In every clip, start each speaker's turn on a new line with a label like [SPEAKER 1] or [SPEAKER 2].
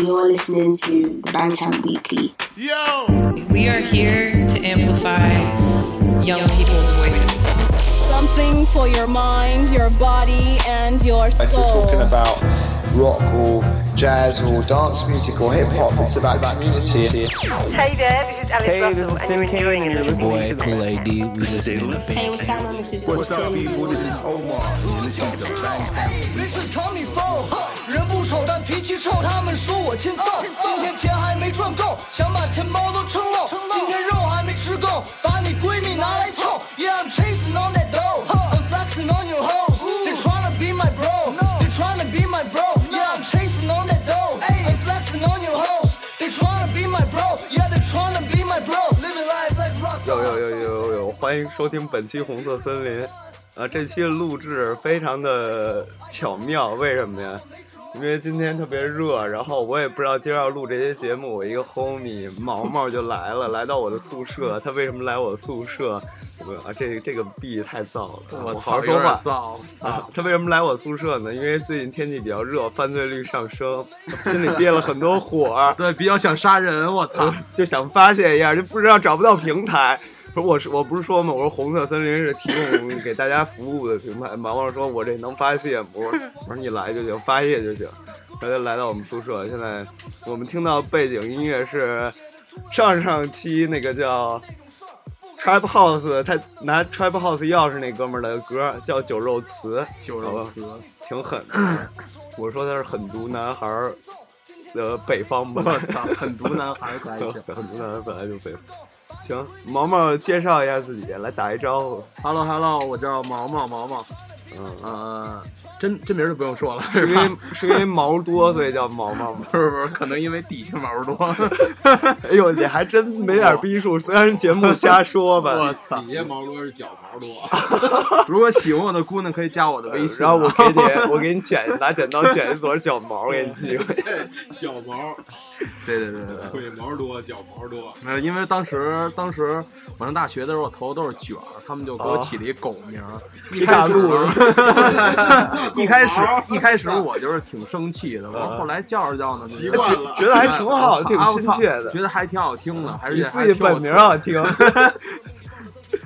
[SPEAKER 1] listening to the Bandcamp Weekly.
[SPEAKER 2] Yo!
[SPEAKER 3] We are here to amplify young people's voices.
[SPEAKER 4] Something for your mind, your body, and your
[SPEAKER 5] If you're talking
[SPEAKER 4] soul.
[SPEAKER 5] about rock or jazz or dance music or hip hop, it's about community.
[SPEAKER 6] Hey there, this is Alice Russell, and you're enjoying and listening
[SPEAKER 7] Boy, Kool Aid D, we listening up in.
[SPEAKER 1] what's going on? This is
[SPEAKER 2] What's up, people? This is Omar. You're listening to the Bandcamp.
[SPEAKER 8] 人是 Tommy Four，人不丑但脾气臭，他们说我欠揍。今天钱还没赚够，想把钱包都撑漏。今天肉还没吃够，把你闺蜜拿来凑。Yeah I'm chasing on that dough, I'm flexing on your hoes. They tryna be my bro, they tryna be my bro. Yeah I'm chasing on that dough, I'm flexing on your hoes. They tryna be my bro, yeah they tryna be my bro. Living life like Russell.
[SPEAKER 9] 有有有有有有，欢迎收听本期红色森林。啊，这期录制非常的巧妙，为什么呀？因为今天特别热，然后我也不知道今儿要录这些节目，我一个 homie 毛毛就来了，来到我的宿舍。他为什么来我的宿舍？我啊，这这个 B 太燥了，啊我好好说话。
[SPEAKER 10] 造
[SPEAKER 9] 啊，他为什么来我宿舍呢？因为最近天气比较热，犯罪率上升，心里憋了很多火儿，
[SPEAKER 10] 对，比较想杀人，我操
[SPEAKER 9] 我！就想发泄一下，就不知道找不到平台。不是 我是我不是说嘛，我说红色森林是提供给大家服务的平台。毛毛说我这能发泄吗？我说我说你来就行，发泄就行。他就来到我们宿舍，现在我们听到背景音乐是上上期那个叫 Trap House，他拿 Trap House 钥匙那哥们儿的歌叫酒肉词，
[SPEAKER 10] 酒
[SPEAKER 9] 好
[SPEAKER 10] 肉
[SPEAKER 9] 吧
[SPEAKER 10] 丝，
[SPEAKER 9] 挺狠 的。我说他是狠毒男孩儿的北方吧
[SPEAKER 10] 我。操，狠毒男孩可以。
[SPEAKER 9] 很多男人本来就肥。行，毛毛介绍一下自己，来打一招呼。
[SPEAKER 10] Hello Hello，我叫毛毛毛毛，
[SPEAKER 9] 嗯，
[SPEAKER 10] 呃，真真名儿就不用说了，
[SPEAKER 9] 是
[SPEAKER 10] 是
[SPEAKER 9] 因
[SPEAKER 10] 吧
[SPEAKER 9] 为？是因为毛多，所以叫 毛毛吗？
[SPEAKER 10] 不是不是，可能因为底下毛多，
[SPEAKER 9] 哎呦，你还真没点逼数，虽然节目瞎说
[SPEAKER 10] 我
[SPEAKER 9] 吧。
[SPEAKER 10] 操！
[SPEAKER 7] 下毛多是脚毛 多，
[SPEAKER 10] 如果喜欢我的姑娘可以加我的微信啊，
[SPEAKER 9] 然后我给你，我给你剪，拿剪刀剪一撮脚毛给你寄回去。
[SPEAKER 7] 脚毛
[SPEAKER 10] 对对对对对。
[SPEAKER 7] 腿毛多，脚毛多。
[SPEAKER 10] 没有，因为当时当时我上大学的时候，我头都是卷儿，他们就给我起了一狗名儿，
[SPEAKER 9] 皮卡路是吧？
[SPEAKER 10] 一 开始一开始我就是挺生气的，我后来叫着叫呢，
[SPEAKER 7] 习
[SPEAKER 10] 就
[SPEAKER 7] 惯
[SPEAKER 10] 是
[SPEAKER 7] 了
[SPEAKER 9] 觉得还挺好，
[SPEAKER 10] 啊
[SPEAKER 9] 挺
[SPEAKER 10] 我
[SPEAKER 9] 亲
[SPEAKER 10] 操
[SPEAKER 9] 切的
[SPEAKER 10] 觉。得还挺好听的，还是
[SPEAKER 9] 你自己本名好，听，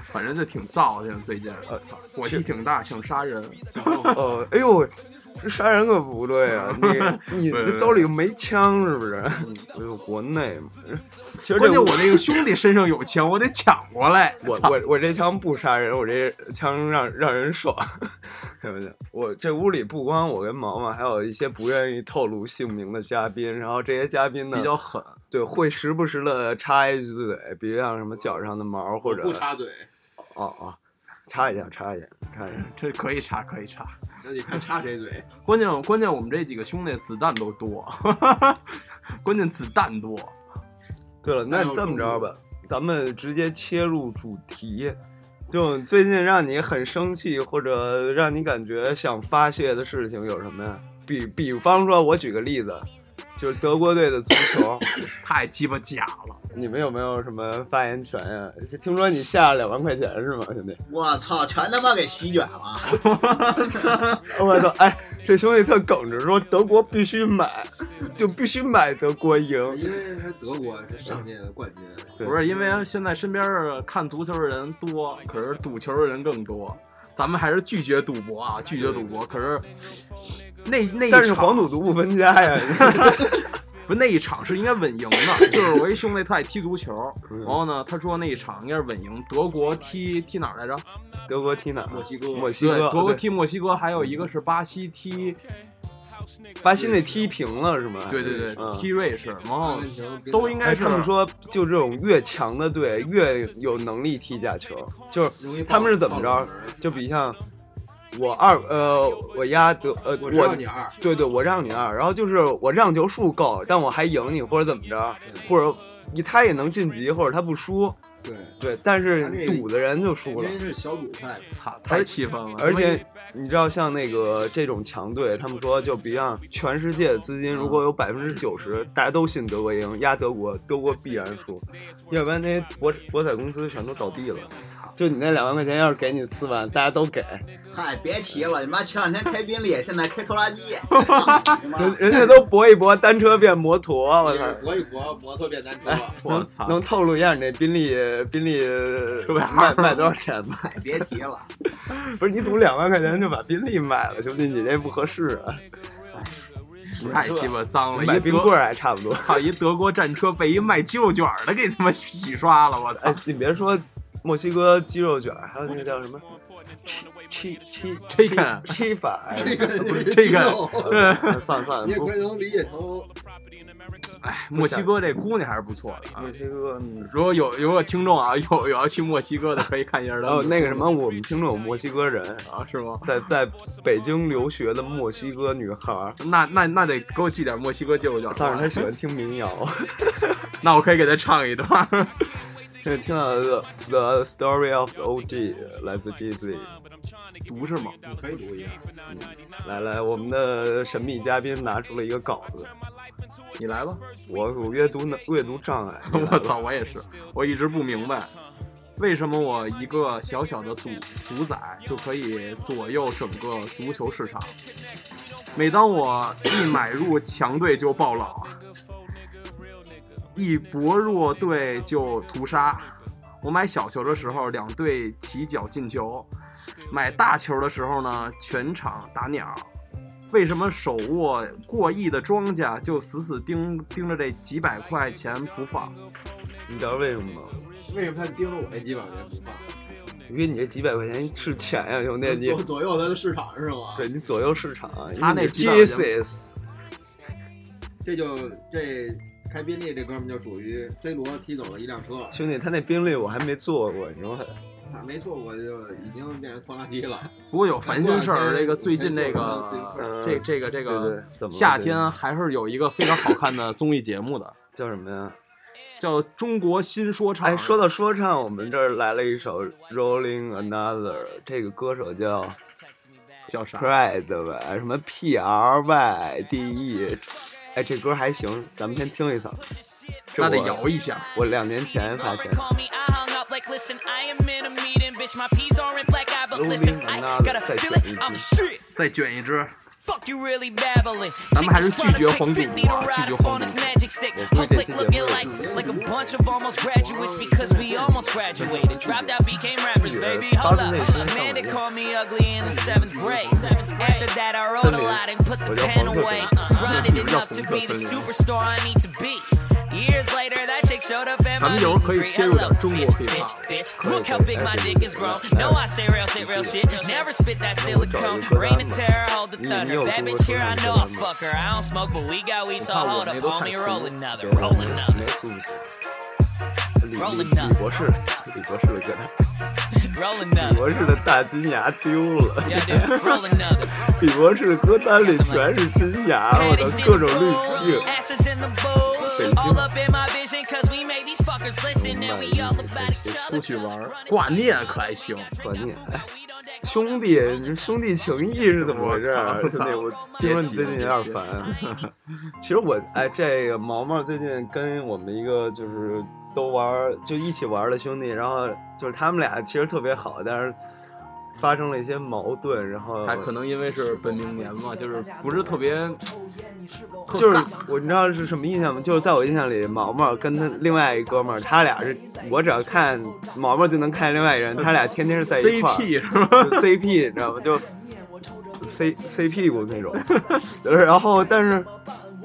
[SPEAKER 10] 反正就挺燥的。最近
[SPEAKER 9] 我操，
[SPEAKER 10] 火气挺大，想杀人。
[SPEAKER 9] 哦，呃哎呦，这杀人可不对啊！ 你你
[SPEAKER 10] 对对
[SPEAKER 9] 这
[SPEAKER 10] 对嗯
[SPEAKER 9] 兜里没枪是不是？哎呦，国内嘛，其实
[SPEAKER 10] 关
[SPEAKER 9] 这
[SPEAKER 10] 键我那个兄弟身上有枪，我得抢过来。
[SPEAKER 9] 我
[SPEAKER 10] 操
[SPEAKER 9] 我我这枪不杀人，我这枪让让人爽，对不对？我这屋里不光我跟毛毛，还有一些不愿意透露姓名的嘉宾，然后这些嘉宾呢，
[SPEAKER 10] 比较狠，
[SPEAKER 9] 对会时不时的插一句嘴，比如像什么脚上的毛或者
[SPEAKER 7] 不插嘴，
[SPEAKER 9] 哦哦，插一下插一下插一下，
[SPEAKER 10] 这可以查，可以查。
[SPEAKER 7] 那你看插谁嘴？
[SPEAKER 10] 关键关键我们这几个兄弟子弹都多，关键子弹多。
[SPEAKER 9] 对了，那
[SPEAKER 7] 那要
[SPEAKER 9] 这么
[SPEAKER 7] 不
[SPEAKER 9] 着吧，咱们直接切入主题。就最近让你很生气，或者让你感觉想发泄的事情有什么呀？比比方说，我举个例子，就是德国队的足球，
[SPEAKER 10] 太鸡巴假了！
[SPEAKER 9] 你们有没有什么发言权呀、听说你下了两万块钱是吗，兄弟？
[SPEAKER 11] 我操，全他妈给席卷了！
[SPEAKER 9] 我操！哎，这兄弟特耿直，说德国必须买，就必须买德国赢。
[SPEAKER 7] 因为他德国是上届的冠军，
[SPEAKER 9] 对
[SPEAKER 10] 不是因为现在身边儿看足球的人多，可是赌球的人更多。咱们还是拒绝赌博啊，拒绝赌博。可是那那一
[SPEAKER 9] 但是
[SPEAKER 10] 场
[SPEAKER 9] 黄赌毒不分 家呀。
[SPEAKER 10] 不是那一场是应该稳赢的，就是我一兄弟他爱踢足球，
[SPEAKER 9] 嗯
[SPEAKER 10] 然后呢，他说那一场应该是稳赢。德国踢踢哪儿来着？
[SPEAKER 9] 德国踢哪儿？墨
[SPEAKER 7] 西哥
[SPEAKER 9] 墨西
[SPEAKER 10] 对，
[SPEAKER 9] 哥。
[SPEAKER 10] 德国
[SPEAKER 9] 对
[SPEAKER 10] 踢墨西哥，还有一个是巴西踢，
[SPEAKER 9] 巴西那踢平了是吗？
[SPEAKER 10] 对对对，
[SPEAKER 9] 嗯
[SPEAKER 10] 踢瑞士，然后
[SPEAKER 7] 行
[SPEAKER 10] 都应该
[SPEAKER 9] 哎，
[SPEAKER 10] 是
[SPEAKER 9] 他们说就这种越强的队越有能力踢假球，就是他们是怎么着？就比像我二呃，我压德呃，
[SPEAKER 7] 我知道你二，
[SPEAKER 9] 对对，我让你二，然后就是我让球数够，但我还赢你或者怎么着，或者你他也能晋级，或者他不输，
[SPEAKER 7] 对，
[SPEAKER 9] 对，但是
[SPEAKER 7] 他这
[SPEAKER 9] 赌的人就
[SPEAKER 7] 因
[SPEAKER 9] 输了
[SPEAKER 7] 为。是小组赛，
[SPEAKER 10] 操，太气愤了。
[SPEAKER 9] 而且你知道，像那个这种强队，他们说就比让全世界的资
[SPEAKER 10] 嗯
[SPEAKER 9] 金，如果有百分之九十大家都信德国
[SPEAKER 10] 嗯
[SPEAKER 9] 赢，压德国，德国必然输，要不然那些博博彩公司全都倒闭了。就你那两万块钱，要是给你四万，大家都给，
[SPEAKER 11] 嗨，哎别提了，你妈前两天开宾利，现在开拖拉机，
[SPEAKER 9] 人人家都搏一搏，单车变摩托，我操！
[SPEAKER 7] 搏一搏，摩托变单车。
[SPEAKER 9] 哎，
[SPEAKER 10] 我
[SPEAKER 9] 能
[SPEAKER 10] 操
[SPEAKER 9] 能透露一下你那宾利宾利卖卖多少钱吗？
[SPEAKER 7] 哎
[SPEAKER 11] 嗨，别提了，
[SPEAKER 9] 不是你赌两万块钱就把宾利卖了，兄弟，你这不合适啊！
[SPEAKER 10] 太鸡巴脏了，
[SPEAKER 9] 买
[SPEAKER 10] 一
[SPEAKER 9] 冰棍
[SPEAKER 10] 德
[SPEAKER 9] 儿还差不多。
[SPEAKER 10] 操一德国战车被一卖鸡肉卷儿的给他妈洗刷了，我操
[SPEAKER 9] 哎！，你别说，墨西哥鸡肉卷儿，还有那个叫什么？chi chi
[SPEAKER 10] Chicken
[SPEAKER 9] chi 法，
[SPEAKER 10] 这个，
[SPEAKER 9] 算了算
[SPEAKER 7] 你也
[SPEAKER 9] 了，不
[SPEAKER 7] 可以能理解成
[SPEAKER 10] 哎，墨西哥这姑娘还是不错的啊
[SPEAKER 9] 墨。西哥，嗯
[SPEAKER 10] 如果有如果听众啊有有要去墨西哥的，可以看一下他们。
[SPEAKER 9] 然后哦那个什么，我们听众有墨西哥人，
[SPEAKER 10] 啊，是吗？
[SPEAKER 9] 在在北京留学的墨西哥女孩儿，
[SPEAKER 10] 那那那得给我寄点墨西哥鸡肉卷儿。
[SPEAKER 9] 但是她喜欢听民谣。
[SPEAKER 10] 那我可以给他唱一段。
[SPEAKER 9] 对， 听到的 The Story of the OG 来自 GZ，
[SPEAKER 10] 不是吗？
[SPEAKER 7] 可以读一下。
[SPEAKER 9] 嗯来来，我们的神秘嘉宾拿出了一个稿子，
[SPEAKER 10] 你来吧。，
[SPEAKER 9] 我我阅读能阅读障碍
[SPEAKER 10] 我操，我也是，我一直不明白，为什么我一个小小的主主宰就可以左右整个足球市场。每当我一买入强队就爆冷，一薄弱队就屠杀。我买小球的时候，两队起脚进球；买大球的时候呢，全场打鸟。为什么手握过亿的庄家就死死盯盯着这几百块钱不放？
[SPEAKER 9] 你知道为什么吗？
[SPEAKER 7] 为什么他盯着我这几百块钱不放？
[SPEAKER 9] 因为你这几百块钱是钱呀、兄弟，你
[SPEAKER 7] 左左右他的市场是吗？
[SPEAKER 9] 对你左右市场啊，
[SPEAKER 10] 他那
[SPEAKER 9] 因为你
[SPEAKER 10] 几百块钱
[SPEAKER 9] Jesus
[SPEAKER 7] 这就这开宾利这哥们儿就属于 C 罗踢走了一辆车，啊
[SPEAKER 9] 兄弟，他那宾利我还没坐过，你说
[SPEAKER 7] 没错过就已经变成拖拉机了。
[SPEAKER 10] 不过有烦心事儿，
[SPEAKER 7] 哎
[SPEAKER 10] 这个最近这
[SPEAKER 9] 嗯
[SPEAKER 10] 个这这个这
[SPEAKER 9] 对对
[SPEAKER 10] 个
[SPEAKER 9] 怎么了
[SPEAKER 10] 夏天还是有一个非常好看的综艺节目的，
[SPEAKER 9] 叫什么呀？
[SPEAKER 10] 叫《中国新说唱》。
[SPEAKER 9] 哎，说到说唱，我们这儿来了一首《Rolling Another》，这个歌手叫
[SPEAKER 10] 叫啥？
[SPEAKER 9] Pride 吧，什么 P R Y D E，哎，这歌还行，咱们先听一嗓子。这
[SPEAKER 10] 那得
[SPEAKER 9] 我
[SPEAKER 10] 摇一下。
[SPEAKER 9] 我两年前发现
[SPEAKER 12] Lauren called me, I hung up like, listen, I am in a meeting, bitch. My peas are in black eye, but
[SPEAKER 9] Rolling
[SPEAKER 12] listen, I
[SPEAKER 9] another
[SPEAKER 12] gotta
[SPEAKER 9] session
[SPEAKER 12] feel
[SPEAKER 9] with
[SPEAKER 12] it. I'm
[SPEAKER 9] you.
[SPEAKER 12] shit.
[SPEAKER 10] 再卷一支，
[SPEAKER 12] Fuck you really babbling.
[SPEAKER 10] 咱们还是
[SPEAKER 12] Chicks tryna
[SPEAKER 10] 拒绝
[SPEAKER 12] take
[SPEAKER 10] 黄赌
[SPEAKER 12] 50
[SPEAKER 10] 毒啊，
[SPEAKER 12] to
[SPEAKER 10] 拒
[SPEAKER 12] ride
[SPEAKER 10] 绝
[SPEAKER 12] up
[SPEAKER 10] 黄
[SPEAKER 12] on
[SPEAKER 10] 赌毒
[SPEAKER 12] this。magic stick.
[SPEAKER 9] 我
[SPEAKER 12] Her
[SPEAKER 9] 估计这
[SPEAKER 12] click
[SPEAKER 9] 期节
[SPEAKER 12] looking
[SPEAKER 9] 目
[SPEAKER 12] like like a bunch of almost graduates because we almost graduated. Dropped out, became rappers, baby. Hold up. A man that called me ugly in the seventh grade. After that, I wrote a lot and put the pen away. Grinded enough to be the superstar I need to be. Years later, that chick showed up at my
[SPEAKER 10] 咱们一会儿可
[SPEAKER 12] meet and
[SPEAKER 10] 以
[SPEAKER 12] greet. I
[SPEAKER 10] 切入点
[SPEAKER 12] love
[SPEAKER 10] 中国
[SPEAKER 12] bitch,
[SPEAKER 10] hiphop
[SPEAKER 12] bitch,。bitch. Look how big my dick is grown. No, I say real shit, real shit. Never spit that silicone. Rain and terror, hold the thunder. That bitch here, I know I fuck her. I don't smoke, but we got weed, so
[SPEAKER 10] 怕我
[SPEAKER 12] hold
[SPEAKER 10] 那
[SPEAKER 12] up,
[SPEAKER 10] 都太
[SPEAKER 12] homie.
[SPEAKER 10] 熟
[SPEAKER 12] Roll
[SPEAKER 10] 了，
[SPEAKER 12] another,
[SPEAKER 9] 别
[SPEAKER 12] roll
[SPEAKER 9] 别
[SPEAKER 12] another.
[SPEAKER 9] 别素质李李
[SPEAKER 12] Rolling
[SPEAKER 9] 李博士，李博士的歌，
[SPEAKER 12] Roll
[SPEAKER 9] 李
[SPEAKER 12] another.
[SPEAKER 9] 博士的大金牙丢 了。
[SPEAKER 12] Yeah, dude, roll another.
[SPEAKER 9] 李博士的歌单里全是金牙，我的
[SPEAKER 12] Panties in
[SPEAKER 9] 各
[SPEAKER 12] the
[SPEAKER 9] 种
[SPEAKER 12] booth,
[SPEAKER 9] 滤镜。
[SPEAKER 12] Asses in the
[SPEAKER 9] Thank
[SPEAKER 12] booth.
[SPEAKER 9] you.
[SPEAKER 12] All up in my vision, cause we make these fuckers listen and we all about each
[SPEAKER 10] 出
[SPEAKER 12] other.
[SPEAKER 10] 去玩儿，挂念可还行？
[SPEAKER 9] 怀念，哎，兄弟，你兄弟情谊是怎么回事儿？
[SPEAKER 10] 我
[SPEAKER 9] 兄
[SPEAKER 10] 操
[SPEAKER 9] 弟，我听说你最近有点烦。其实我哎，这个毛毛最近跟我们一个就是都玩儿就一起玩儿的兄弟，然后就是他们俩其实特别好，但是发生了一些矛盾，然后
[SPEAKER 10] 还可能因为是
[SPEAKER 9] 嗯
[SPEAKER 10] 本命年嘛，就是不是特别，特
[SPEAKER 9] 就是
[SPEAKER 10] 尬
[SPEAKER 9] 我你知道是什么印象吗？就是在我印象里，毛毛跟他另外一哥们儿，他俩是我只要看毛毛就能看见另外一人，他俩天天是在一块儿
[SPEAKER 10] CP 是 吧？
[SPEAKER 9] 就 CP，你知道吗？就 C C 屁股那种，就是然后但是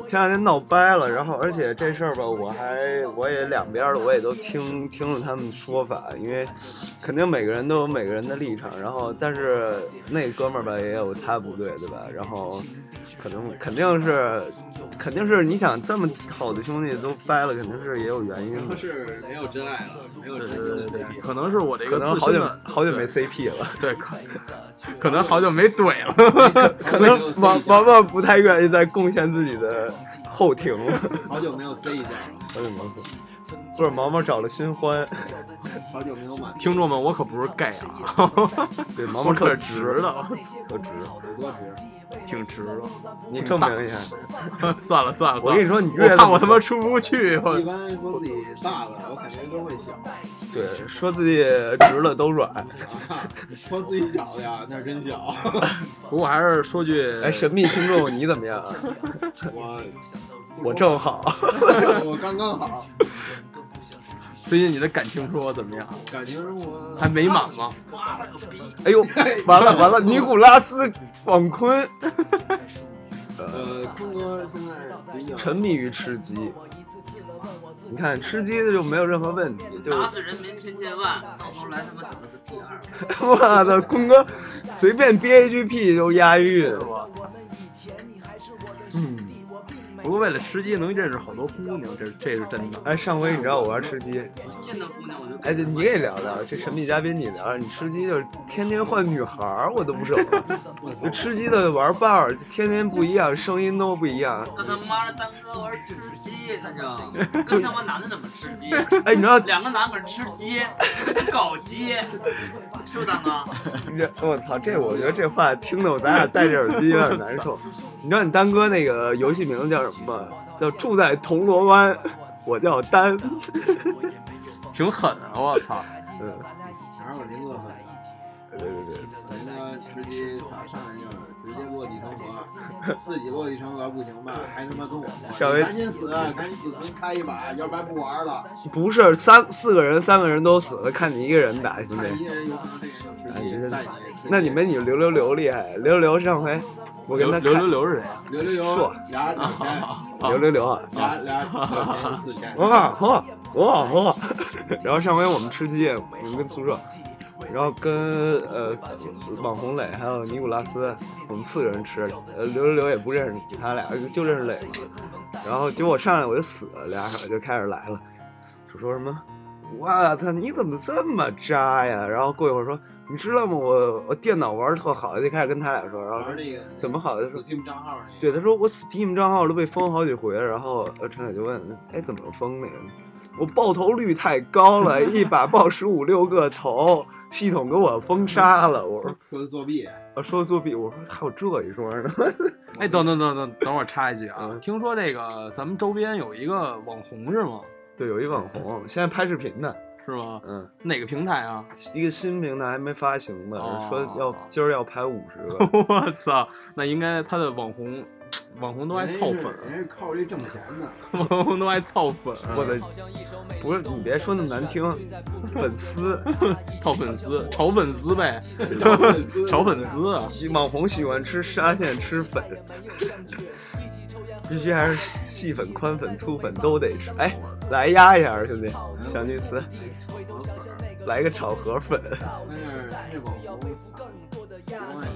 [SPEAKER 9] 前两天闹掰了，然后而且这事儿吧，我还我也两边儿的我也都听听了他们说法，因为肯定每个人都有每个人的立场，然后但是那哥们儿吧也有他不对，对吧？然后可能肯定是肯定是你想这么好的兄弟都掰了，肯定是也有原因的
[SPEAKER 7] 他，是没有真爱了，没有真
[SPEAKER 10] 对
[SPEAKER 7] 心
[SPEAKER 10] 对
[SPEAKER 7] 的
[SPEAKER 10] 对
[SPEAKER 7] CP
[SPEAKER 10] 可能是我这
[SPEAKER 9] 可
[SPEAKER 10] 个
[SPEAKER 9] 能
[SPEAKER 10] 自
[SPEAKER 9] 好
[SPEAKER 10] 身
[SPEAKER 9] 久
[SPEAKER 10] 的
[SPEAKER 9] 好久没 CP 了。
[SPEAKER 10] 对，可可能好久没怼了。
[SPEAKER 9] 可能毛毛毛不太愿意再贡献自己的后庭了。
[SPEAKER 7] 好久没有 C 一下了。
[SPEAKER 9] 哎呦我操或者毛毛找了新欢。
[SPEAKER 7] 好久没有买。
[SPEAKER 10] 听众们，我可不是 gay 啊，
[SPEAKER 9] 对，毛毛
[SPEAKER 10] 我可
[SPEAKER 9] 特
[SPEAKER 10] 直的，
[SPEAKER 9] 特直，
[SPEAKER 7] 多值。
[SPEAKER 10] 挺直的。
[SPEAKER 9] 你
[SPEAKER 10] 挺
[SPEAKER 9] 证
[SPEAKER 10] 大
[SPEAKER 9] 明一下。
[SPEAKER 10] 算了算了，
[SPEAKER 9] 我跟你说你
[SPEAKER 10] 越
[SPEAKER 9] 越
[SPEAKER 10] 怕我他妈出不去，我
[SPEAKER 7] 一般说自己大了，我肯定都会小；
[SPEAKER 9] 对，说自己直了都软。
[SPEAKER 7] 说自己小的呀，那是真小。
[SPEAKER 10] 不过还是说句，
[SPEAKER 9] 哎，神秘听众你怎么样啊？
[SPEAKER 7] 我
[SPEAKER 9] 我正好。
[SPEAKER 7] 我刚刚好，
[SPEAKER 10] 最近你的感情生活怎么样？
[SPEAKER 7] 感情生活
[SPEAKER 10] 还美满吗？
[SPEAKER 9] 哎呦，完了完了，尼古拉斯广坤
[SPEAKER 7] 呃，坤哥现在比较
[SPEAKER 9] 沉迷于吃鸡。你看吃鸡的就没有任何问题，就
[SPEAKER 13] 打
[SPEAKER 9] 是
[SPEAKER 13] 死人民千千万，到头来他妈怎么是第二？
[SPEAKER 9] 我的坤哥随便憋一句屁就押韵。嗯，
[SPEAKER 10] 不过为了吃鸡能认识好多姑娘，这这是真的。
[SPEAKER 9] 哎，上回你知道我玩吃鸡，
[SPEAKER 13] 见到姑娘我就
[SPEAKER 9] 哎，这你也聊聊，这神秘嘉宾你聊聊，你吃鸡就是天天换女孩儿，我都不懂。 就吃鸡的玩伴儿天天不一样，声音都不一样。
[SPEAKER 13] 那他妈的当哥玩吃鸡，他 就跟他妈男的怎么吃鸡？
[SPEAKER 9] 哎你知道
[SPEAKER 13] 两个男的吃鸡，搞鸡，是不是当哥？
[SPEAKER 9] 你这我操，这我觉得这话听的我咱俩戴着耳机有点难 受。你知道你丹哥那个游戏名字叫什么吗？叫住在铜锣湾，我叫丹。
[SPEAKER 10] 挺狠啊！我操，
[SPEAKER 9] 嗯，
[SPEAKER 7] 还是我林哥狠。
[SPEAKER 9] 对对对，
[SPEAKER 7] 人家直接上上人家直接落地成盒，自己落地成盒不行吧？还他妈跟我说，
[SPEAKER 9] 小薇
[SPEAKER 7] 赶紧死，赶紧死，重开一把，要不然不玩了。
[SPEAKER 9] 不是三四个人，三个人都死了，看你一个人打，兄
[SPEAKER 7] 看一
[SPEAKER 9] 弟。
[SPEAKER 7] 人有可能这个就
[SPEAKER 9] 哎
[SPEAKER 7] 直接
[SPEAKER 9] 你
[SPEAKER 7] 带
[SPEAKER 9] 这
[SPEAKER 7] 你。
[SPEAKER 9] 那你们你刘刘刘厉害，刘刘刘上回我跟他
[SPEAKER 10] 刘
[SPEAKER 9] 看
[SPEAKER 10] 刘刘是谁啊？
[SPEAKER 7] 刘刘
[SPEAKER 9] 硕
[SPEAKER 7] 刘，俩俩
[SPEAKER 9] 刘刘刘啊，
[SPEAKER 7] 俩俩俩四千，
[SPEAKER 9] 我靠，我我我，然后上回我们吃鸡，我们跟宿舍，然后跟呃网红磊还有尼古拉斯，我们四个人吃，呃刘刘刘也不认识他俩，就认识磊嘛。然后结果上来我就死了，俩人就开始来了，就说什么，我操你怎么这么渣呀？然后过一会儿说。你知道吗？我我电脑玩的特好，就开始跟他俩说，然后说
[SPEAKER 7] 玩那个
[SPEAKER 9] 怎么好的说
[SPEAKER 7] Steam 账号那个，
[SPEAKER 9] 对，他说我 Steam 账号都被封好几回，然后呃陈磊就问，哎，怎么封那个？我爆头率太高了，一把爆十五六个头，系统给我封杀了。我说
[SPEAKER 7] 说他作弊，
[SPEAKER 9] 我说作弊，我说还有这一说呢。 嗯
[SPEAKER 10] 哎，等等等等，等会儿插一句啊！听说这个咱们周边有一个网红是吗？
[SPEAKER 9] 对，有一网红现在拍视频呢，
[SPEAKER 10] 是吗？
[SPEAKER 9] 嗯，
[SPEAKER 10] 哪个平台啊？
[SPEAKER 9] 一个新平台还没发行呢，
[SPEAKER 10] 哦
[SPEAKER 9] 说要今儿要拍五十个。
[SPEAKER 10] 我操，那应该他的网红，网红都爱操
[SPEAKER 7] 人家是人家
[SPEAKER 10] 粉，
[SPEAKER 7] 是靠这挣钱 的。
[SPEAKER 10] 网红都爱操粉，
[SPEAKER 9] 我的，不是你别说那么难听，粉丝
[SPEAKER 10] 操粉丝， 炒粉丝呗，
[SPEAKER 7] 炒粉丝
[SPEAKER 10] 炒粉丝啊。
[SPEAKER 9] 喜网红喜欢吃沙县吃粉，必须还是细粉、宽粉、粗粉都得吃。哎，来压一下，兄弟，想句词，来个炒河粉。
[SPEAKER 7] 但是那网红，我也是，
[SPEAKER 13] 哎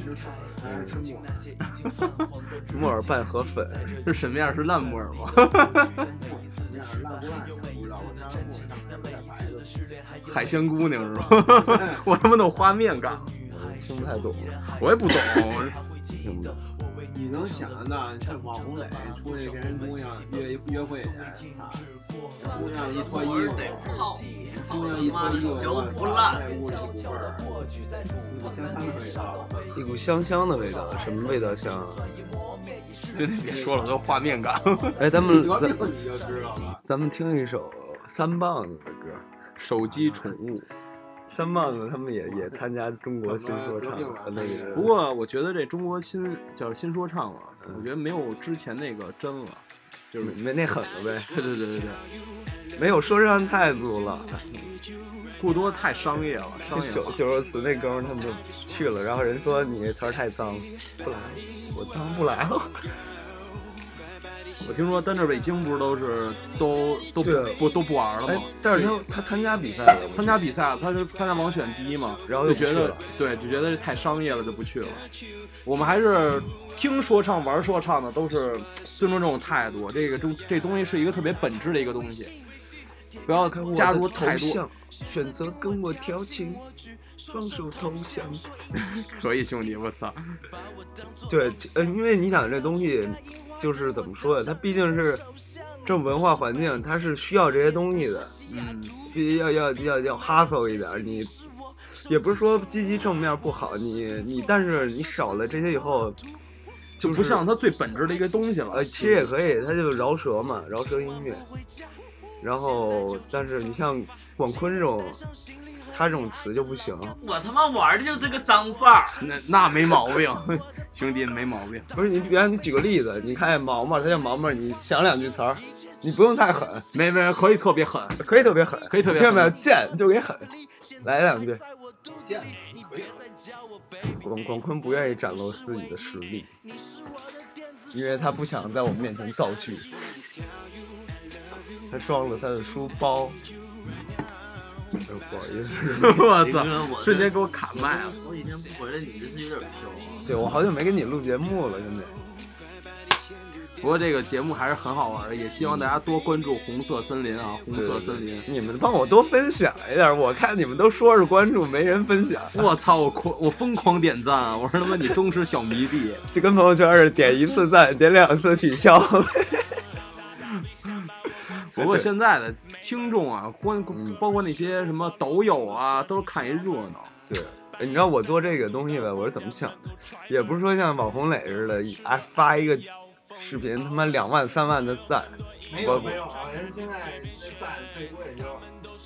[SPEAKER 7] 还是挺猛。
[SPEAKER 9] 木耳拌河粉，
[SPEAKER 10] 是什么样？是烂木耳吗？
[SPEAKER 7] 那烂不烂不知道，我当时我上面带牌子，
[SPEAKER 10] 海鲜姑娘是吧？ 我他妈有画面感，
[SPEAKER 9] 我听不太懂。
[SPEAKER 10] 我也不懂。
[SPEAKER 9] 听不懂。
[SPEAKER 7] 你能想到，趁网红磊出去跟人姑娘约约会去，啊，姑娘一脱衣
[SPEAKER 13] 我是
[SPEAKER 7] 服，
[SPEAKER 13] 得泡，
[SPEAKER 7] 姑娘一脱衣服，我操，在屋里一股味儿，一股香香的味道。
[SPEAKER 9] 一股香香的味道，什么味道香啊？
[SPEAKER 10] 真的别说了，我都有画面感。
[SPEAKER 9] 哎，咱
[SPEAKER 7] 你
[SPEAKER 9] 们
[SPEAKER 7] 得
[SPEAKER 9] 咱
[SPEAKER 7] 病你就知道了。
[SPEAKER 9] 咱们听一首三棒子的歌。
[SPEAKER 10] 手机宠物。
[SPEAKER 9] 三棒子他们也也参加中国新说唱的那个，
[SPEAKER 10] 不过我觉得这中国新叫新说唱了，我觉得没有之前那个真了。
[SPEAKER 9] 就是嗯没那狠了呗，
[SPEAKER 10] 对对对对对，
[SPEAKER 9] 没有说唱态度了。
[SPEAKER 10] 过多太商业了，商业
[SPEAKER 9] 九
[SPEAKER 10] 了。
[SPEAKER 9] 九十词那哥们儿他们就去了，然后人说你词儿太脏，不来，我脏不来了。
[SPEAKER 10] 我听说单这北京不是都是都都
[SPEAKER 9] 对
[SPEAKER 10] 不不都不玩了
[SPEAKER 9] 哎
[SPEAKER 10] 吗？，
[SPEAKER 9] 但是他他参加比赛了，
[SPEAKER 10] 参加比赛了，他就参加网选第一嘛，
[SPEAKER 9] 然后
[SPEAKER 10] 就
[SPEAKER 9] 就
[SPEAKER 10] 觉
[SPEAKER 9] 不去
[SPEAKER 10] 得
[SPEAKER 9] 了
[SPEAKER 10] 对，就觉得这太商业了，就不去了。我们还是听说唱、玩说唱的，都是尊重这种态度。这个东这东西是一个特别本质的一个东西，不要
[SPEAKER 9] 看我
[SPEAKER 10] 加
[SPEAKER 9] 的
[SPEAKER 10] 入
[SPEAKER 9] 头
[SPEAKER 10] 太多
[SPEAKER 9] 像。，选择跟我调情，双手投降。
[SPEAKER 10] 可以，兄弟，我操！
[SPEAKER 9] 对，呃，因为你想这东西就是怎么说呀，它毕竟是这种文化环境，它是需要这些东西的。嗯，要要要要 hustle 一点，你也不是说积极正面不好，你你但是你少了这些以后，
[SPEAKER 10] 就不像它最本质的一个东西了。
[SPEAKER 9] 呃，其实也可以，它就饶舌嘛，饶舌音乐。然后，但是你像广坤这种，他这种词就不行。
[SPEAKER 13] 我他妈玩的就是这个脏范儿。
[SPEAKER 10] 那那没毛病， 兄弟没毛病。
[SPEAKER 9] 不是你，比方你举个例子，你看毛毛，他叫毛毛，你想两句词儿，你不用太狠，
[SPEAKER 10] 没没可以特别狠，
[SPEAKER 9] 可以特别狠，
[SPEAKER 10] 可以特别
[SPEAKER 9] 没有贱就给狠，来两句。广广坤不愿意展露自己的实力，因为他不想在我们面前造句。他撞了他的书包，哎呦，不好意思，
[SPEAKER 10] 我操，瞬间给我卡麦了。
[SPEAKER 13] 我已经回来，你这是有点飘啊。
[SPEAKER 9] 对，我好久没跟你录节目了，兄弟。
[SPEAKER 10] 不过这个节目还是很好玩的，也希望大家多关注红色森林啊！红色森林，
[SPEAKER 9] 你们帮我多分享一点，我看你们都说是关注，没人分享。
[SPEAKER 10] 我操，我狂，我疯狂点赞啊！我说他妈你忠实小迷弟，
[SPEAKER 9] 就跟朋友圈似的，点一次赞，点两次取消。
[SPEAKER 10] 不过现在的听众啊，关
[SPEAKER 9] 嗯
[SPEAKER 10] 包括那些什么抖友啊，都是看一热闹。
[SPEAKER 9] 对，你知道我做这个东西吧，我是怎么想的？也不是说像网红磊似的，哎发一个视频，他妈两万三万的赞。
[SPEAKER 7] 没有没有，人现在赞最多也就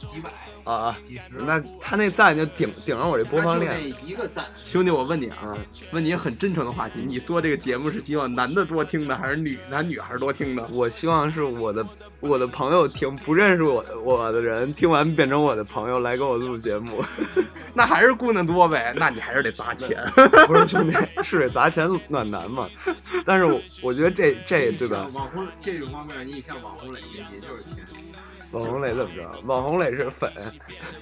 [SPEAKER 7] 几百
[SPEAKER 9] 啊啊，
[SPEAKER 7] 几十。
[SPEAKER 9] 那他那赞就顶顶上我这播放量。
[SPEAKER 7] 一个赞。
[SPEAKER 10] 兄弟，我问你啊，问你很真诚的话题，你做这个节目是希望男的多听的，还是女男女孩多听的？
[SPEAKER 9] 我希望是我的我的朋友听，不认识我我的人听完变成我的朋友来给我录节目，
[SPEAKER 10] 那还是姑娘多呗？那你还是得砸钱。
[SPEAKER 9] 不是兄弟，是得砸钱暖男嘛？但是我我觉得这这对吧？
[SPEAKER 7] 网红这种方面，你像网红磊，也就是钱。
[SPEAKER 9] 网红磊怎么着？网红磊 是粉，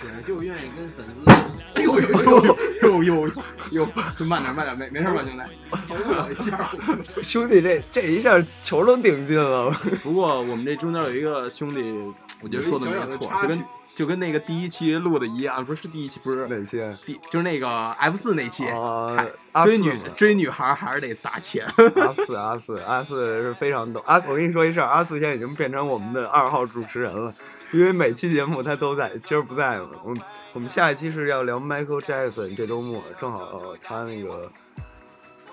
[SPEAKER 7] 对，就愿意跟粉丝。 哎呦
[SPEAKER 10] 呦呦呦呦！慢点慢点，没没事吧，兄
[SPEAKER 7] 瞅
[SPEAKER 10] 弟？
[SPEAKER 7] 我一下。
[SPEAKER 9] 兄弟这这一下球都顶进了。
[SPEAKER 10] 不过我们这中间有一个兄弟，我觉得说的没错，就跟就跟那个第一期录的一样，不是第一期，不是
[SPEAKER 9] 哪期？
[SPEAKER 10] 第就是那个 F 四那期，
[SPEAKER 9] 啊
[SPEAKER 10] 还
[SPEAKER 9] 阿
[SPEAKER 10] 追
[SPEAKER 9] 四
[SPEAKER 10] 女
[SPEAKER 9] 嘛
[SPEAKER 10] 追女孩还是得砸钱。
[SPEAKER 9] 阿四阿四阿四是非常懂。阿，我跟你说一事儿，阿四现在已经变成我们的二号主持人了，因为每期节目他都在，今儿不在嘛。我们我们下一期是要聊 Michael Jackson，这周末正好、呃他那个。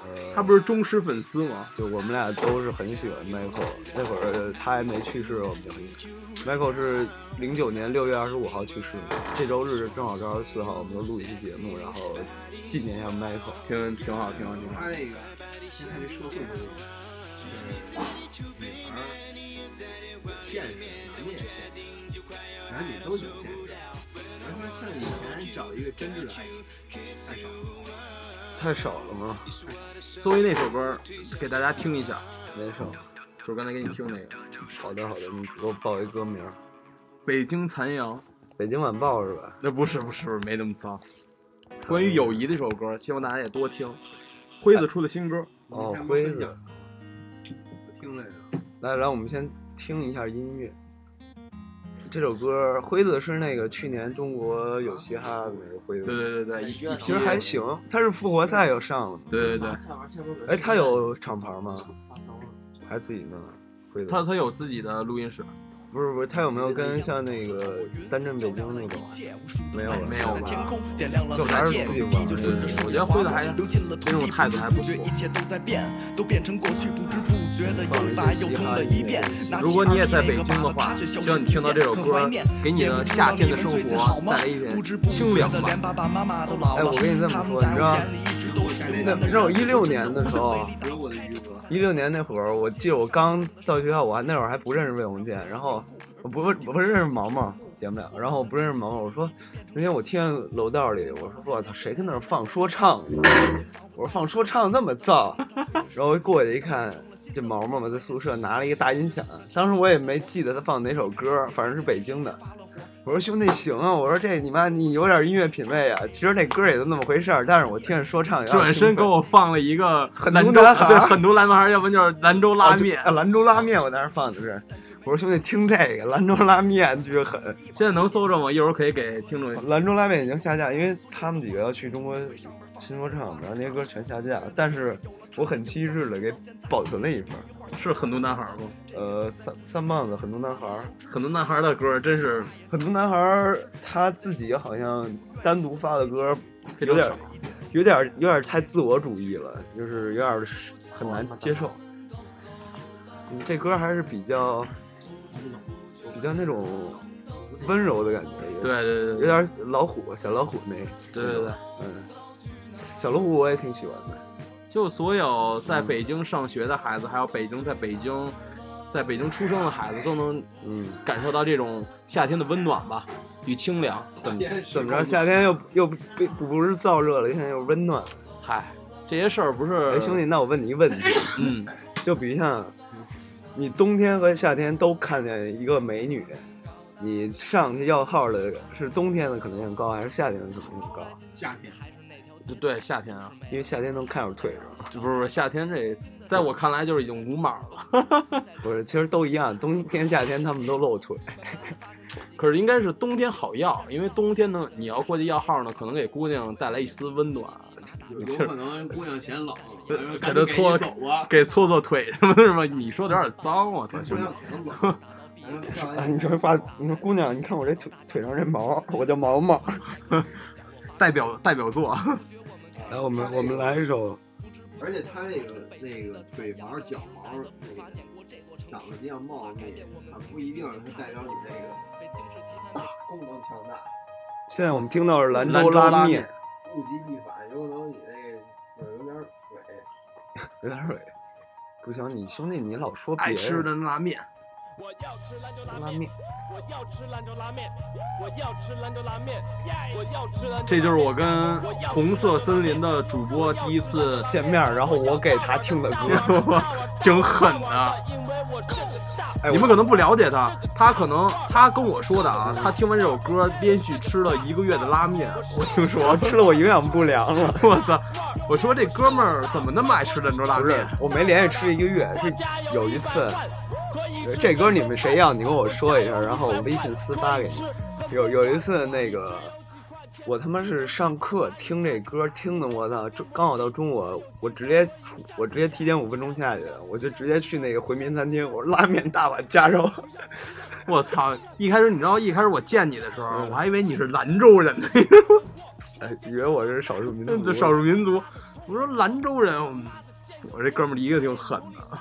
[SPEAKER 9] 呃，
[SPEAKER 10] 他不是忠实粉丝吗？
[SPEAKER 9] 就我们俩都是很喜欢 Michael，那会儿他还没去世，我们就很喜欢。Michael 是零九年六月二十五号去世的，这周日正好是二十四号，我们就录一期节目，然后纪念一下 Michael。
[SPEAKER 10] 挺挺好，挺好，挺好
[SPEAKER 7] 他。这个现在这社会就是女孩儿现实，男的也现实，男女都挺现实。咱说像以前找一个真挚的爱情，太少了。
[SPEAKER 9] 太少了吗？
[SPEAKER 10] 搜一那首歌，给大家听一下，
[SPEAKER 9] 没少。
[SPEAKER 7] 哦
[SPEAKER 10] 就是刚才给你听那个《
[SPEAKER 9] 好的好的，你给我报一歌名儿，
[SPEAKER 10] 北京残阳》。
[SPEAKER 9] 《北京晚报》是吧？
[SPEAKER 10] 那不是不是不是没那么脏。关于友谊的一首歌，希望大家也多听。辉子出的新歌，
[SPEAKER 9] 哦
[SPEAKER 7] 你看，
[SPEAKER 9] 辉
[SPEAKER 7] 分
[SPEAKER 9] 子
[SPEAKER 7] 享。我听了呀，
[SPEAKER 9] 来，让我们先听一下音乐。这首歌，辉子是那个去年中国有嘻哈的那个辉子，
[SPEAKER 10] 对对对对，一
[SPEAKER 9] 其实还。行。他是复活赛又上了嘛，
[SPEAKER 10] 对对对，
[SPEAKER 9] 哎，他有厂牌吗？还是自己弄的？辉子，
[SPEAKER 10] 他他有自己的录音室，
[SPEAKER 9] 不是不是，他有没有跟像那个单镇北京那种？啊没有了
[SPEAKER 10] 啊没有吧？
[SPEAKER 9] 就还是自己玩的。
[SPEAKER 10] 对对对，我觉得辉子还那种态度还不错。
[SPEAKER 9] 放了一些嘻哈音乐。
[SPEAKER 10] 如果你也在北京的话，希望你听到这首歌，给你的夏天的生活带来一点清凉吧。
[SPEAKER 9] 哎，我跟你这么说，你知道，那那我一六年的时候，啊
[SPEAKER 7] 有我的余额。
[SPEAKER 9] 一六年那会儿，我记得我刚到学校，我还那会儿还不认识魏红建，然后我不我不认识毛毛，点不了，然后我不认识毛毛，我说那天我听见楼道里，我说我操，谁跟那儿放说唱呢？我说放说唱那么燥，然后过去一看。这毛毛嘛，在宿舍拿了一个大音响，当时我也没记得他放哪首歌，反正是北京的。我说兄弟行啊，我说这你妈你有点音乐品味啊。其实那歌也就那么回事儿，但是我听着说唱有点
[SPEAKER 10] 转
[SPEAKER 9] 兴奋
[SPEAKER 10] 身给我放了一个
[SPEAKER 9] 很
[SPEAKER 10] 兰
[SPEAKER 9] 毒
[SPEAKER 10] 州，啊
[SPEAKER 9] 男孩
[SPEAKER 10] 对，狠毒兰男孩，要不然就是兰州拉面
[SPEAKER 9] 啊。对啊兰州拉面，我当时放的是，我说兄弟听这个兰州拉面巨狠，
[SPEAKER 10] 现在能搜着吗？一会儿可以给听众。
[SPEAKER 9] 兰州拉面已经下架，因为他们几个要去中国新说唱，然后那些歌全下架了，但是我很机智的给保存了一份儿，
[SPEAKER 10] 是很多男孩儿吗？
[SPEAKER 9] 呃，三三棒子很多男孩儿，
[SPEAKER 10] 很多男孩儿的歌真是
[SPEAKER 9] 很多男孩儿他自己好像单独发的歌
[SPEAKER 10] 非
[SPEAKER 9] 有
[SPEAKER 10] 常
[SPEAKER 9] 点
[SPEAKER 10] 少
[SPEAKER 9] 有点有点太自我主义了，就是有点很难接受。嗯这歌还是比较比较那种温柔的感觉，有
[SPEAKER 10] 对对对对
[SPEAKER 9] 有点老虎小老虎那，
[SPEAKER 10] 对对对，
[SPEAKER 9] 嗯，小老虎我也挺喜欢的。
[SPEAKER 10] 就所有在北京上学的孩子，还有北京在北京在北京出生的孩子，都能
[SPEAKER 9] 嗯
[SPEAKER 10] 感受到这种夏天的温暖吧与清凉。怎么
[SPEAKER 9] 怎么着，夏天又又不不不是燥热了，现在又温暖了。
[SPEAKER 10] 嗨，这些事儿不是
[SPEAKER 9] 哎，兄弟，那我问你 一问题，
[SPEAKER 10] 嗯，
[SPEAKER 9] 就比如像你冬天和夏天都看见一个美女，你上去要号的是冬天的可能性高还是夏天的可能性高？
[SPEAKER 7] 夏天，
[SPEAKER 10] 就对夏天啊，
[SPEAKER 9] 因为夏天能看着腿上。
[SPEAKER 10] 不是不是夏天这，在我看来就是已经无码了。
[SPEAKER 9] 不是，其实都一样，冬天夏天他们都露腿。
[SPEAKER 10] 可是应该是冬天好要，因为冬天呢，你要过去要号呢，可能给姑娘带来一丝温暖，
[SPEAKER 7] 有可能姑娘嫌冷，
[SPEAKER 10] 给
[SPEAKER 7] 赶
[SPEAKER 10] 她
[SPEAKER 7] 紧
[SPEAKER 10] 搓
[SPEAKER 7] 给你走啊，
[SPEAKER 10] 给搓搓腿什么的，是吧？你说的有点脏，啊我操，兄
[SPEAKER 7] 姑
[SPEAKER 10] 弟
[SPEAKER 7] 娘。可能 冷。然后上
[SPEAKER 9] 啊，
[SPEAKER 7] 来
[SPEAKER 9] 你说把你说姑娘，你看我这腿腿上这毛，我叫毛 毛。
[SPEAKER 10] 代表代表作，
[SPEAKER 9] 来，我们我们来一首，
[SPEAKER 7] 而且他那个那个腿毛、脚毛那个长得比较茂密，它不一定是代表你那个啊功能强大，
[SPEAKER 9] 现在我们听到是兰
[SPEAKER 10] 兰
[SPEAKER 9] 州
[SPEAKER 10] 州
[SPEAKER 9] 拉
[SPEAKER 10] 拉
[SPEAKER 9] 面
[SPEAKER 10] 面，
[SPEAKER 7] 物极必反，有可能你那个有点腿。
[SPEAKER 9] 有点水。不行，你兄弟你老说别
[SPEAKER 10] 爱
[SPEAKER 9] 人
[SPEAKER 10] 吃的拉面，
[SPEAKER 14] 我要吃兰州
[SPEAKER 9] 拉面，
[SPEAKER 14] 我要吃兰州拉面，我要吃兰州拉面，我要吃兰
[SPEAKER 10] 这就是我跟红色森林的主播第一次
[SPEAKER 9] 见面，然后我给他听的
[SPEAKER 10] 歌，挺狠的。
[SPEAKER 9] 哎
[SPEAKER 10] 你们可能不了解他，他可能他跟我说的啊，他听完这首歌连续吃了一个月的拉面，我听说
[SPEAKER 9] 我吃了我营养不良了。
[SPEAKER 10] 我操！我说这哥们儿怎么那么爱吃兰州拉
[SPEAKER 9] 不是
[SPEAKER 10] 面？，
[SPEAKER 9] 我没连续吃一个月，是有一次，这歌你们谁要，你跟我说一下，然后我微信私发给你。有有一次那个，我他妈是上课听这歌，听的我操，中刚好到中午，我直接出我直接提前五分钟下去，我就直接去那个回民餐厅，我说拉面大碗加肉，
[SPEAKER 10] 我操！一开始你知道，一开始我见你的时候，我还以为你是兰州人呢，
[SPEAKER 9] 嗯 哎以为我是少数民族，
[SPEAKER 10] 少数民族。我说兰州人，嗯我这哥们儿一个挺狠的。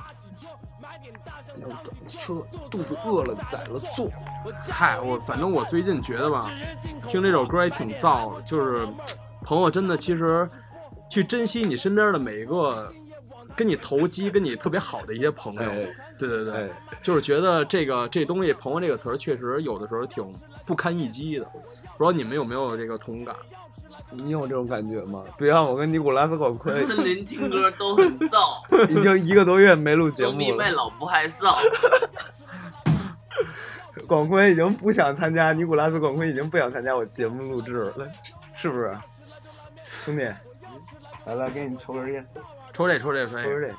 [SPEAKER 9] 要等车，肚子饿了宰了做。
[SPEAKER 10] 嗨，我反正我最近觉得吧，听这首歌也挺燥的，就是朋友真的其实去珍惜你身边的每一个跟你投机、跟你特别好的一些朋友。
[SPEAKER 9] 哎
[SPEAKER 10] 对对对，
[SPEAKER 9] 哎
[SPEAKER 10] 就是觉得这个这东西“朋友”这个词儿确实有的时候挺不堪一击的，不知道你们有没有这个同感？
[SPEAKER 9] 你有这种感觉吗？别让我跟尼古拉斯考奎
[SPEAKER 13] 森林听歌都很燥，
[SPEAKER 9] 已经一个多月没录节
[SPEAKER 13] 总比
[SPEAKER 9] 目
[SPEAKER 13] 卖
[SPEAKER 9] 了，
[SPEAKER 13] 老婆还燥。
[SPEAKER 9] 广坤已经不想参加，尼古拉斯广坤已经不想参加我节目录制了，是不是？兄弟，来来，给你抽根烟，
[SPEAKER 10] 抽这抽这抽
[SPEAKER 9] 抽根
[SPEAKER 10] 这，
[SPEAKER 9] 这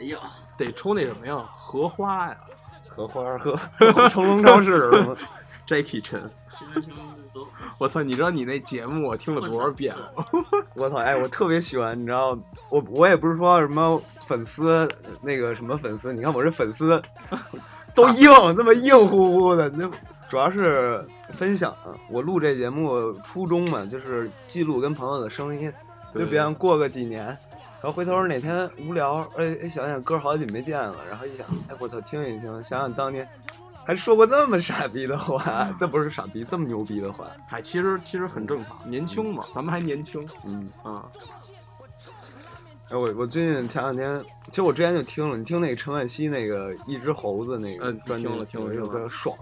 [SPEAKER 13] 哎呦，
[SPEAKER 10] 得抽那什么呀？荷花呀
[SPEAKER 9] 荷 花荷，成龙超市是吗？
[SPEAKER 10] ，Jackie 陈。
[SPEAKER 13] 现在听都
[SPEAKER 10] 我操！你知道你那节目我听了 多少遍吗？
[SPEAKER 9] 我操，哎，我特别喜欢，你知道，我我也不是说什么粉丝那个什么粉丝，你看我这粉丝都硬，那么硬乎乎的，那主要是分享。我录这节目初衷嘛，就是记录跟朋友的声音，
[SPEAKER 10] 对
[SPEAKER 9] 就别想过个几年，然后回头哪天无聊，哎哎想想哥好久没见了，然后一想，哎我操，听一听，想想当年。还说过这么傻逼的话，这不是傻逼，这么牛逼的话，
[SPEAKER 10] 哎，嗯其实其实很正常，年轻嘛，咱们还年轻
[SPEAKER 9] 嗯，
[SPEAKER 10] 啊。
[SPEAKER 9] 哎，我我最近前两天，其实我之前就听了，你听那个陈冠希那个《一只猴子》那个
[SPEAKER 10] 嗯
[SPEAKER 9] 专辑，
[SPEAKER 10] 听了听了
[SPEAKER 9] 有一
[SPEAKER 10] 听
[SPEAKER 9] 首
[SPEAKER 10] 了
[SPEAKER 9] 歌爽，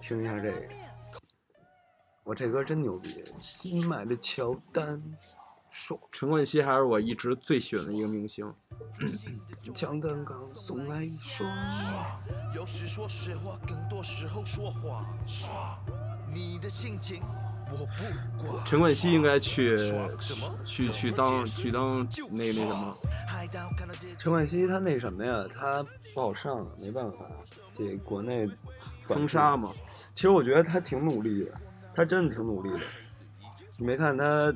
[SPEAKER 9] 听一下这个，我这歌真牛逼，新买的乔丹，爽，
[SPEAKER 10] 陈冠希还是我一直最喜欢的一个明星。
[SPEAKER 9] 乔丹刚送来一双，
[SPEAKER 15] 有时说实话，更多时候说谎。爽，你的心情我不管。
[SPEAKER 10] 陈冠希应该去
[SPEAKER 15] 什么
[SPEAKER 10] 去去当去当那那什么，
[SPEAKER 9] 陈冠希他那什么呀，他不好上，没办法，这国内管
[SPEAKER 10] 封
[SPEAKER 9] 制
[SPEAKER 10] 杀嘛。
[SPEAKER 9] 其实我觉得他挺努力的，他真的挺努力的。你没看他，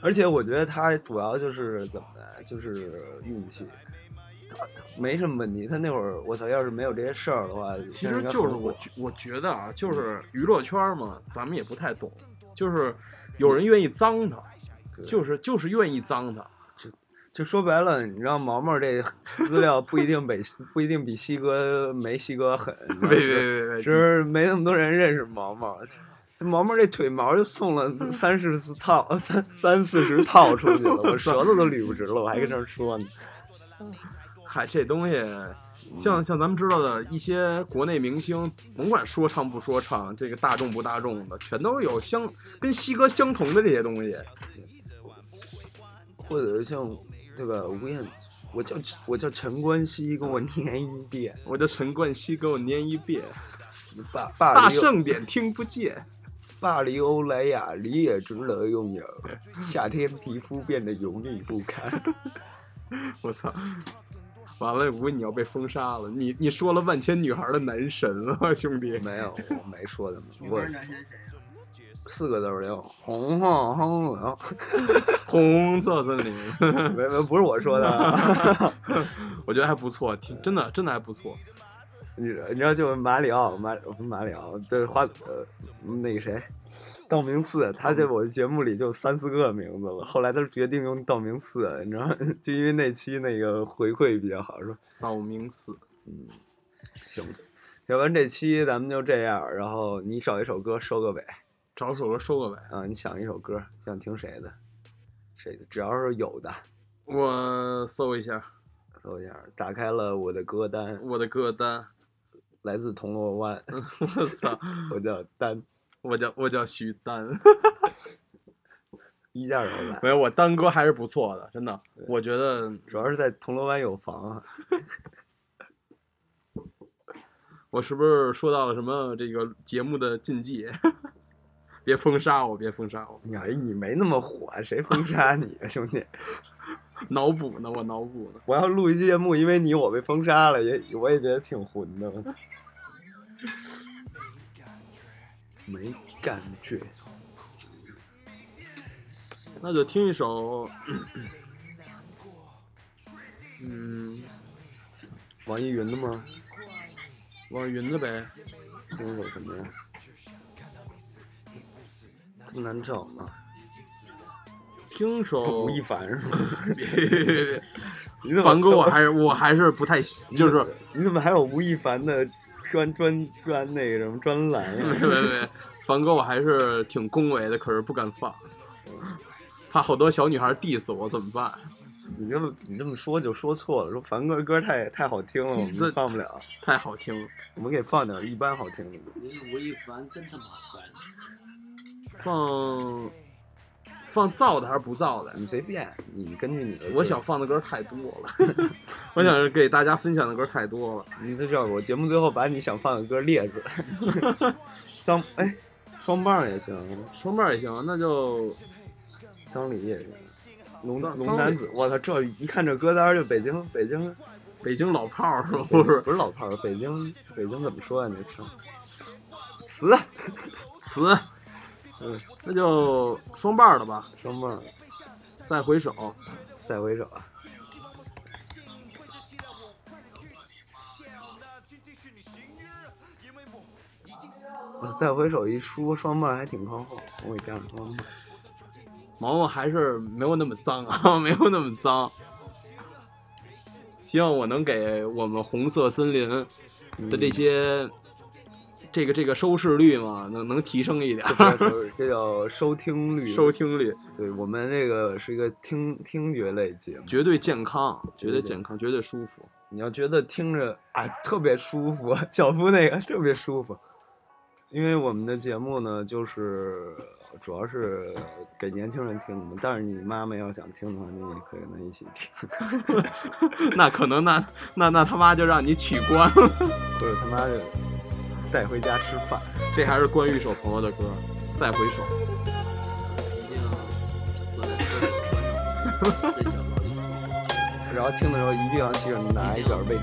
[SPEAKER 9] 而且我觉得他主要就是怎么的，就是运气，没什么问题。他那会儿我操，要是没有这些事儿的话，
[SPEAKER 16] 其实就是我觉我觉得啊，就是娱乐圈嘛，咱们也不太懂，就是有人愿意脏他，就是就是愿意脏他。
[SPEAKER 9] 就说白了，你让毛毛这 资料不一定比 不一定比西哥没西哥狠，
[SPEAKER 16] 别别别别
[SPEAKER 9] 只是没那么多人认识毛毛。 毛毛这腿毛就送了三四十套，三三四十套出去了，我舌头都捋不直了，我还跟这儿说呢。
[SPEAKER 16] 嗨，这东西，像像咱们知道的一些国内明星，甭管说唱不说唱，这个大众不大众的，全都有相跟西哥相同的这些东西，
[SPEAKER 9] 或者像对吧？吴彦，我叫我叫陈冠希，跟我念一遍，
[SPEAKER 16] 我叫陈冠希，跟我念一遍。
[SPEAKER 9] 大
[SPEAKER 16] 大
[SPEAKER 9] 大
[SPEAKER 16] 盛典听不见，
[SPEAKER 9] 巴黎欧莱雅里也值得拥有。夏天皮肤变得油腻不堪。
[SPEAKER 16] 我操！完了，吴，你要被封杀了！你你说了万千女孩的男神了，兄弟。
[SPEAKER 9] 没有，我没说的，
[SPEAKER 17] 不
[SPEAKER 9] 我
[SPEAKER 17] 是男神谁呀？
[SPEAKER 9] 四个字儿叫红红红 红
[SPEAKER 16] 红色森林。
[SPEAKER 9] 没没，不是我说的啊。
[SPEAKER 16] 我觉得还不错，挺真的真的还不错。
[SPEAKER 9] 你你知道，就是马里奥马不是马里奥，对花呃那个谁，道明寺，他在我的节目里就三四个名字了。后来他决定用道明寺，你知道吗， 就因为那期那个回馈比较好，说
[SPEAKER 16] 道明寺，
[SPEAKER 9] 嗯，行，要不然这期咱们就这样，然后你找一首歌收个尾，
[SPEAKER 16] 找首歌收个尾
[SPEAKER 9] 啊，你想一首歌，想听谁的，谁的，只要是有的，
[SPEAKER 16] 我搜一下
[SPEAKER 9] 搜一下，打开了我的歌单，
[SPEAKER 16] 我的歌单。
[SPEAKER 9] 来自铜锣湾，
[SPEAKER 16] 我操，
[SPEAKER 9] 我叫丹，
[SPEAKER 16] 我叫我叫徐丹。
[SPEAKER 9] 一下手来。
[SPEAKER 16] 没有，我丹哥还是不错的，真的。我觉得
[SPEAKER 9] 主要是在铜锣湾有房啊。
[SPEAKER 16] 我是不是说到了什么这个节目的禁忌？ 别封杀我，别封杀我，
[SPEAKER 9] 你哎，你没那么火，谁封杀你啊，兄弟？
[SPEAKER 16] 脑补呢，我脑补呢。
[SPEAKER 9] 我要录一期节目，因为你我被封杀了，也我也觉得挺混的。 没感觉，
[SPEAKER 16] 那就听一首，嗯，
[SPEAKER 9] 网易云的吗？
[SPEAKER 16] 网易云的呗。
[SPEAKER 9] 听一首什么呀？这么难找吗？
[SPEAKER 16] 听首
[SPEAKER 9] 吴亦凡是吗？
[SPEAKER 16] 别别别别
[SPEAKER 9] 你怎么
[SPEAKER 16] 凡哥，我还是我还是不太喜，就是
[SPEAKER 9] 你怎么还有吴亦凡的专专专那个什么专栏
[SPEAKER 16] 没
[SPEAKER 9] 啊？
[SPEAKER 16] 没没，凡哥我还是挺恭维的，可是不敢放， 怕好多小女孩 diss 我怎么办？
[SPEAKER 9] 你这么你这么说就说错了，说凡哥歌太太好听了，我
[SPEAKER 16] 这
[SPEAKER 9] 们放不了，
[SPEAKER 16] 太好听了，
[SPEAKER 9] 我们给放点一般好听的。
[SPEAKER 7] 吴亦凡真他妈烦，
[SPEAKER 16] 放放燥的还是不燥的？
[SPEAKER 9] 你随便，你根据你的。
[SPEAKER 16] 我想，放的歌太多了， 我想给大家分享的歌太多了。
[SPEAKER 9] 你这样，我节目最后把你想放的歌列出 来。 张哎，双棒也行，
[SPEAKER 16] 双面也行，那就
[SPEAKER 9] 张黎也行，龙
[SPEAKER 16] 张
[SPEAKER 9] 龙男子，我操，这一看这歌单儿就北京北京
[SPEAKER 16] 北京老炮儿是
[SPEAKER 9] 不
[SPEAKER 16] 不
[SPEAKER 9] 是
[SPEAKER 16] 是？
[SPEAKER 9] 不是老炮儿，北京北京怎么说啊？那词儿词啊
[SPEAKER 16] 词，
[SPEAKER 9] 嗯，
[SPEAKER 16] 那就双棒的吧。
[SPEAKER 9] 双棒儿，
[SPEAKER 16] 再回首，
[SPEAKER 9] 再回首啊。我再回首一说，双棒儿还挺靠后，我给加上双棒儿。
[SPEAKER 16] 毛毛还是没有那么脏啊， 没有那么脏。希望我能给我们红色森林
[SPEAKER 9] 嗯
[SPEAKER 16] 的这些、这个这个收视率嘛，能能提升一点儿，
[SPEAKER 9] 就是这叫收听 率，
[SPEAKER 16] 收听率
[SPEAKER 9] 对我们这个是一个听听觉类节目。
[SPEAKER 16] 绝对健康，绝
[SPEAKER 9] 对
[SPEAKER 16] 对健康，绝对舒服。
[SPEAKER 9] 你要觉得听着啊特别舒服， 小夫那个特别舒服，因为我们的节目呢，就是主要是给年轻人听的嘛。但是你妈妈要想听的话，你也可以跟她一起听，
[SPEAKER 16] 那可能那那那他妈就让你取关，
[SPEAKER 9] 或者他妈就带回家吃饭。
[SPEAKER 16] 这还是关于一首朋友的歌，再回首。
[SPEAKER 7] 一定要把它关上。这小毛病
[SPEAKER 9] 然后听的时候一定要记着拿一卷卫生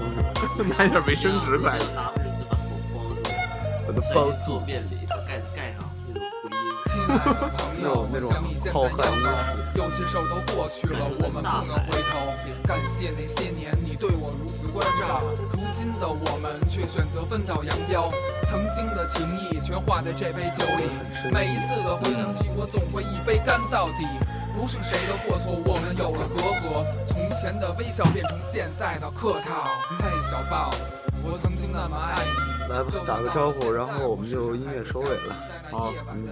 [SPEAKER 9] 纸，
[SPEAKER 16] 拿点卫生纸快
[SPEAKER 7] 一定要拿卫生纸把口包住，
[SPEAKER 9] 把它
[SPEAKER 7] 在
[SPEAKER 9] 包
[SPEAKER 7] 桌
[SPEAKER 9] 住。
[SPEAKER 7] 啊面里把盖盖上那种回音。
[SPEAKER 9] 那种那种浩瀚无
[SPEAKER 16] 有些事儿都过去了，我们不能回头。感谢那些年你对我如此关照，如今的我们却选择分道扬镳。曾经的情谊全化在这杯酒里，每一次的回想起，我总会一杯干到底。不是谁的过错，我们有了隔阂，从前的微笑变成现在的客套。嘿，小豹，我曾经那么爱你。
[SPEAKER 9] 来吧，打个招呼，然后我们就音乐收尾了。
[SPEAKER 10] 好，
[SPEAKER 9] 嗯，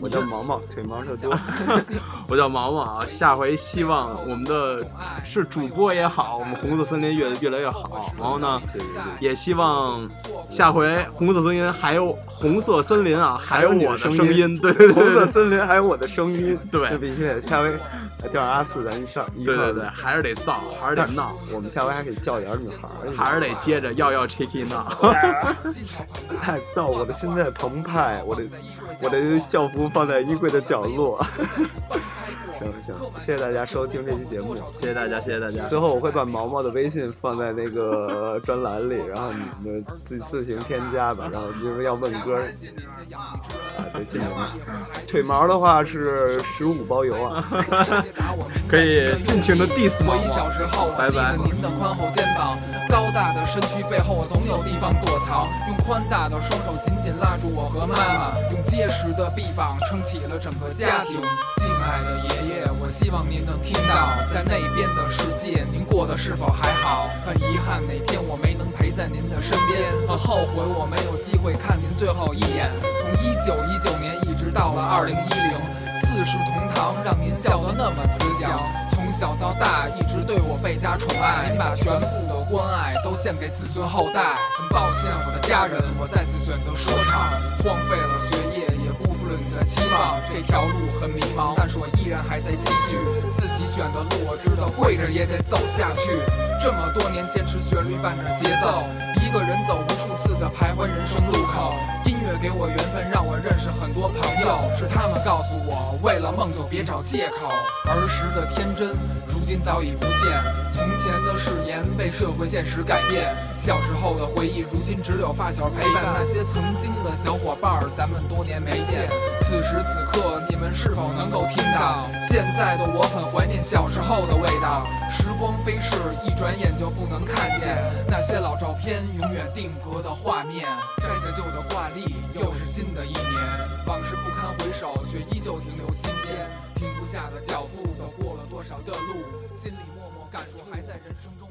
[SPEAKER 9] 我叫毛毛，腿毛特多。
[SPEAKER 10] 我叫毛毛啊，下回希望我们的是主播也好，我们红色森林越越来越好。然后呢，也希望下回红色森林还有红色森林啊，还有
[SPEAKER 9] 你
[SPEAKER 10] 我
[SPEAKER 9] 的
[SPEAKER 10] 的
[SPEAKER 9] 声
[SPEAKER 10] 声音，对对对，
[SPEAKER 9] 红色
[SPEAKER 10] 对
[SPEAKER 9] 森林还有我的声音，
[SPEAKER 10] 对
[SPEAKER 9] 那必须得下回叫上阿四，咱一块儿一块
[SPEAKER 10] 对
[SPEAKER 9] 儿
[SPEAKER 10] 对对，还是得造，还是得闹，
[SPEAKER 9] 我们下回还可以叫点儿女孩儿，
[SPEAKER 10] 还是得接着要要 chicky 闹。
[SPEAKER 9] 太燥，我的心在澎湃，我的我的校服放在衣柜的角落。 行行，谢谢大家收听这期节目，
[SPEAKER 10] 谢谢大家，谢谢大家。
[SPEAKER 9] 最后我会把毛毛的微信放在那个专栏里，然后你们自自行添加吧。然后因为要问歌，啊，对，进门了。腿毛的话是十五包邮啊，
[SPEAKER 10] 可以尽情的 diss
[SPEAKER 16] 我
[SPEAKER 10] 毛
[SPEAKER 16] 一小时后
[SPEAKER 10] 毛，，拜
[SPEAKER 16] 记得
[SPEAKER 10] 拜。
[SPEAKER 16] 您的宽厚肩膀，高大的身躯背后我总有地方躲藏。用宽大的双手紧紧拉住我和妈妈，用结实的臂膀撑起了整个家庭。敬爱的爷爷，我希望您能听到，在那边的世界，您过得是否还好？很遗憾哪天我没能陪在您的身边，很后悔我没有机会看您最后一眼。从一九一九年一直到了二零一零。四世同堂，让您笑得那么慈祥。从小到大，一直对我倍加宠爱，您把全部的关爱都献给子孙后代。很抱歉，我的家人，我再次选择说唱，荒废了学业，也辜负了你的期望。这条路很迷茫，但是我依然还在继续。自己选的路，我知道跪着也得走下去。这么多年坚持旋律伴着节奏，一个人走无数次的徘徊人生路口。音乐给我缘分，让我认识很多朋友，是他们告诉我，为了梦就别找借口。儿时的天真，如今早已不见。从前的誓言被社会现实改变，小时候的回忆，如今只有发小陪伴。那些曾经的小伙伴儿，咱们多年没见。此时此刻，你们是否能够听到？现在的我很怀念小时候的味道。时光飞逝，一转眼就不能看见那些老照片，永远定格的画面。摘下旧的挂历，又是新的一年。往事不堪回首，却依旧停留心间。停不下的脚步，走过了多少的路，心里默默感触还在人生中。